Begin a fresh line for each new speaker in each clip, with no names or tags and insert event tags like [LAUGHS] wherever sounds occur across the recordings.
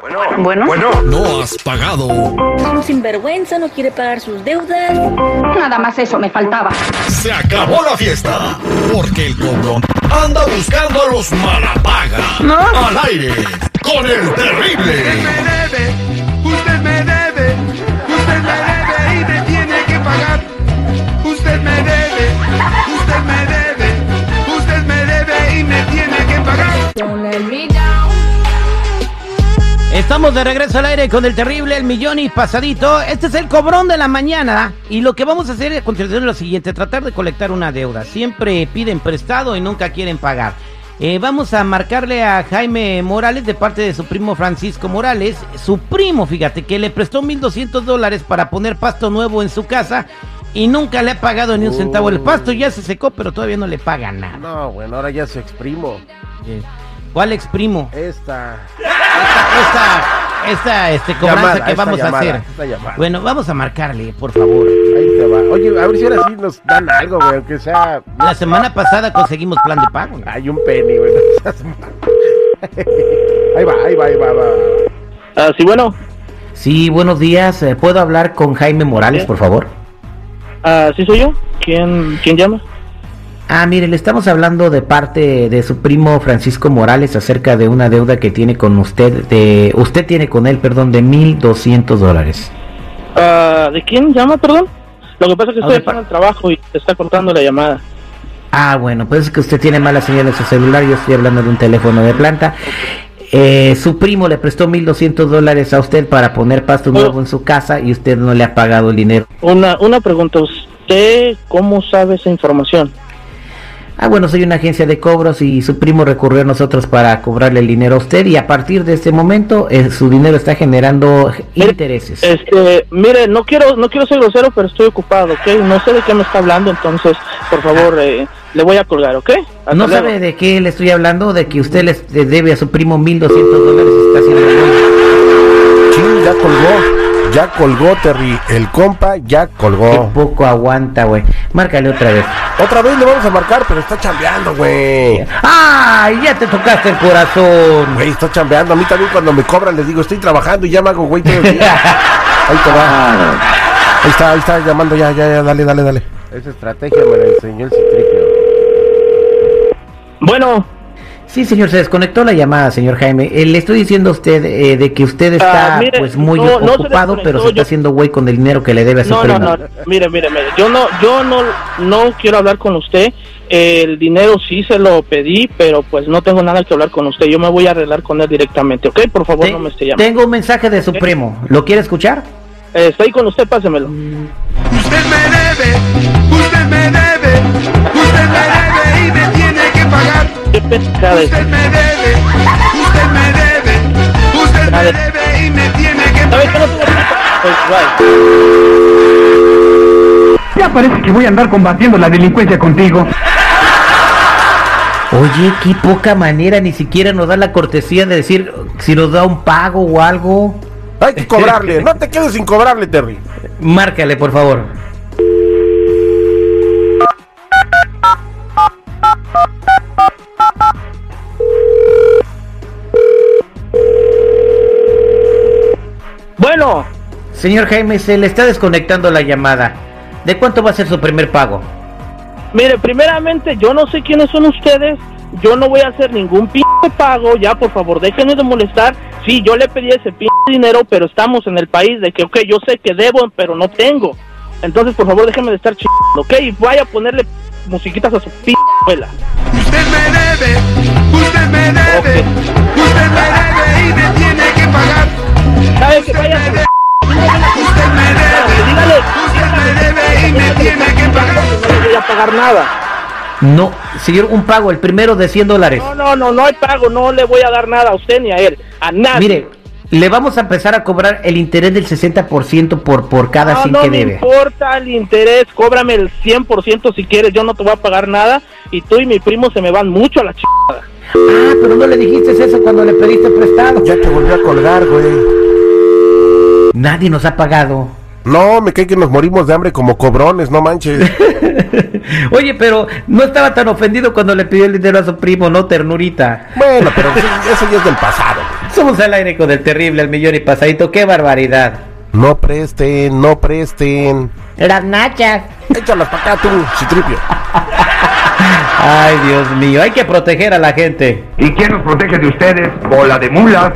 Bueno, bueno, bueno.
No has pagado.
Es un sinvergüenza, no quiere pagar sus deudas.
Nada más eso me faltaba.
Se acabó la fiesta. Porque el cobrón anda buscando a los malapagas. ¿No? Al aire. Con el terrible.
Usted me debe. Usted me debe. Usted me debe y me tiene que pagar. Usted me debe. Usted me debe. Usted me debe y me tiene que pagar.
Estamos de regreso al aire con el terrible El Millón y Pasadito. Este es el cobrón de la mañana. Y lo que vamos a hacer a continuación es lo siguiente: tratar de colectar una deuda. Siempre piden prestado y nunca quieren pagar. Eh, vamos a marcarle a Jaime Morales de parte de su primo Francisco Morales. Su primo, fíjate, que le prestó 1.200 dólares para poner pasto nuevo en su casa y nunca le ha pagado ni un centavo. El pasto ya se secó, pero todavía no le paga nada.
No, bueno, ahora ya se exprimo.
Eh, ¿Cuál ex primo?
Esta.
esta, esta este, cobranza
Llamada,
que
esta
vamos
llamada,
a
esta
hacer.
llamada.
Bueno, vamos a marcarle, por favor.
Ahí te va. Oye, a ver si ahora sí nos dan algo, güey, aunque sea.
La semana pasada conseguimos plan de pago. ¿no?
Hay un penny, güey. [LAUGHS] no seas mal. ahí va, ahí va, ahí va, va.
Ah, sí, bueno.
Sí, buenos días. Eh, ¿Puedo hablar con Jaime Morales, por favor?
Ah, sí soy yo. ¿Quién, quién llama?
Ah, mire, le estamos hablando de parte de su primo Francisco Morales acerca de una deuda que tiene con usted, de usted tiene con él, perdón, de 1.200 dólares.
Ah, ¿De quién llama, perdón? Lo que pasa es que
Ah,
estoy
de
aquí en el trabajo y te está cortando la llamada.
Ah, bueno, pues es que usted tiene mala señal en su celular, yo estoy hablando de un teléfono de planta. Eh, su primo le prestó 1.200 dólares a usted para poner pasto nuevo en su casa y usted no le ha pagado el dinero.
Una, una pregunta. ¿Usted cómo sabe esa información?
Ah, bueno, soy una agencia de cobros y su primo recurrió a nosotros para cobrarle el dinero a usted y a partir de este momento eh, su dinero está generando
Mire,
intereses.
Este, mire, no quiero, no quiero ser grosero, pero estoy ocupado, ¿ok? No sé de qué me está hablando, entonces, por favor, eh, le voy a colgar, ¿ok? Hasta
¿No
luego.
sabe de qué le estoy hablando? De que usted les le debe a su primo 1.200 dólares y está haciendo
Oh.
el-
Chin, ya colgó. Ya colgó, Terry. El compa ya
Qué
colgó.
poco aguanta, güey. Márcale otra vez.
Otra vez le vamos a marcar, pero está chambeando, güey.
¡Ay! Ya te tocaste el corazón.
Güey, está chambeando. A mí también cuando me cobran les digo, estoy trabajando y ya me hago, güey. todo el [LAUGHS] día. Ahí te va. Ahí está, ahí está llamando ya, ya, ya, dale, dale, dale. Esa estrategia me la enseñó el citripio.
Bueno,
Sí, señor, se desconectó la llamada, señor Jaime. Eh, le estoy diciendo a usted eh, de que usted está
Ah, mire,
pues muy
no, no se
ocupado, pero se
desconectó,
está
yo-
haciendo güey con el dinero que le debe a su
no,
primo.
no, no, mire, mire, mire, yo no, yo no, no quiero hablar con usted, el dinero sí se lo pedí, pero pues no tengo nada que hablar con usted, yo me voy a arreglar con él directamente, ¿ok? Por favor,
Te-
no me esté llamando.
tengo un mensaje de su
¿Eh?
primo. ¿Lo quiere escuchar?
Eh, estoy con usted, pásemelo.
Usted me debe. Usted me debe. Usted me debe y me tiene que pagar.
Qué pescada es.
Usted me debe. Usted me debe. Usted me debe y me tiene que
¿Sabe qué?
pagar.
No tengo- Pues, bye.
Ya parece que voy a andar combatiendo la delincuencia contigo.
Oye, qué poca manera, ni siquiera nos da la cortesía de decir si nos da un pago o algo.
Hay que cobrarle, no te quedes sin cobrarle, Terry.
Márcale, por favor.
Bueno,
Señor Jaime, se le está desconectando la llamada. ¿De cuánto va a ser su primer pago?
Mire, primeramente, yo no sé quiénes son ustedes. Yo no voy a hacer ningún p pago. Ya, por favor, déjenme de molestar. Sí, yo le pedí ese p dinero, pero estamos en el país de que, ok, yo sé que debo, pero no tengo. Entonces, por favor, déjenme de estar chingando, ok? Y vaya a ponerle musiquitas a su p escuela.
Usted me debe, usted me debe, usted me debe y me tiene que pagar.
¿Sabe que
Usted
vaya a
me
su
debe, usted me debe,
Dígale.
usted me debe y me tiene que pagar.
No le voy a pagar nada.
No, señor, un pago, el primero de 100 dólares.
No, no, no, no hay pago. No le voy a dar nada a usted ni a él. A nadie.
Mire, le vamos a empezar a cobrar el interés del 60% por, por cada
No,
100
no
que
me
debe.
importa el interés, cóbrame el 100% si quieres, yo no te voy a pagar nada y tú y mi primo se me van mucho a la chingada.
Ah, pero no le dijiste eso cuando le pediste prestado.
Ya te volvió a colgar, güey.
Nadie nos ha pagado.
No, me cae que nos morimos de hambre como cobrones, no [LAUGHS] manches.
Oye, pero no estaba tan ofendido cuando le pidió el dinero a su primo, ¿no, ternurita?
Bueno, pero sí, eso ya es del pasado. güey.
Somos al aire con el terrible, el millón y pasadito. ¡Qué barbaridad!
No presten, no presten.
Las nachas.
Échalas para acá tú, citripio.
¡Ay, Dios mío! Hay que proteger a la gente.
¿Y quién nos protege de ustedes? Bola de mulas.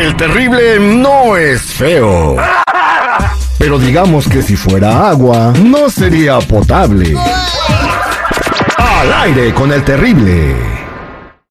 El terrible no es feo. Pero digamos que si fuera agua, no sería potable. Al aire con el terrible.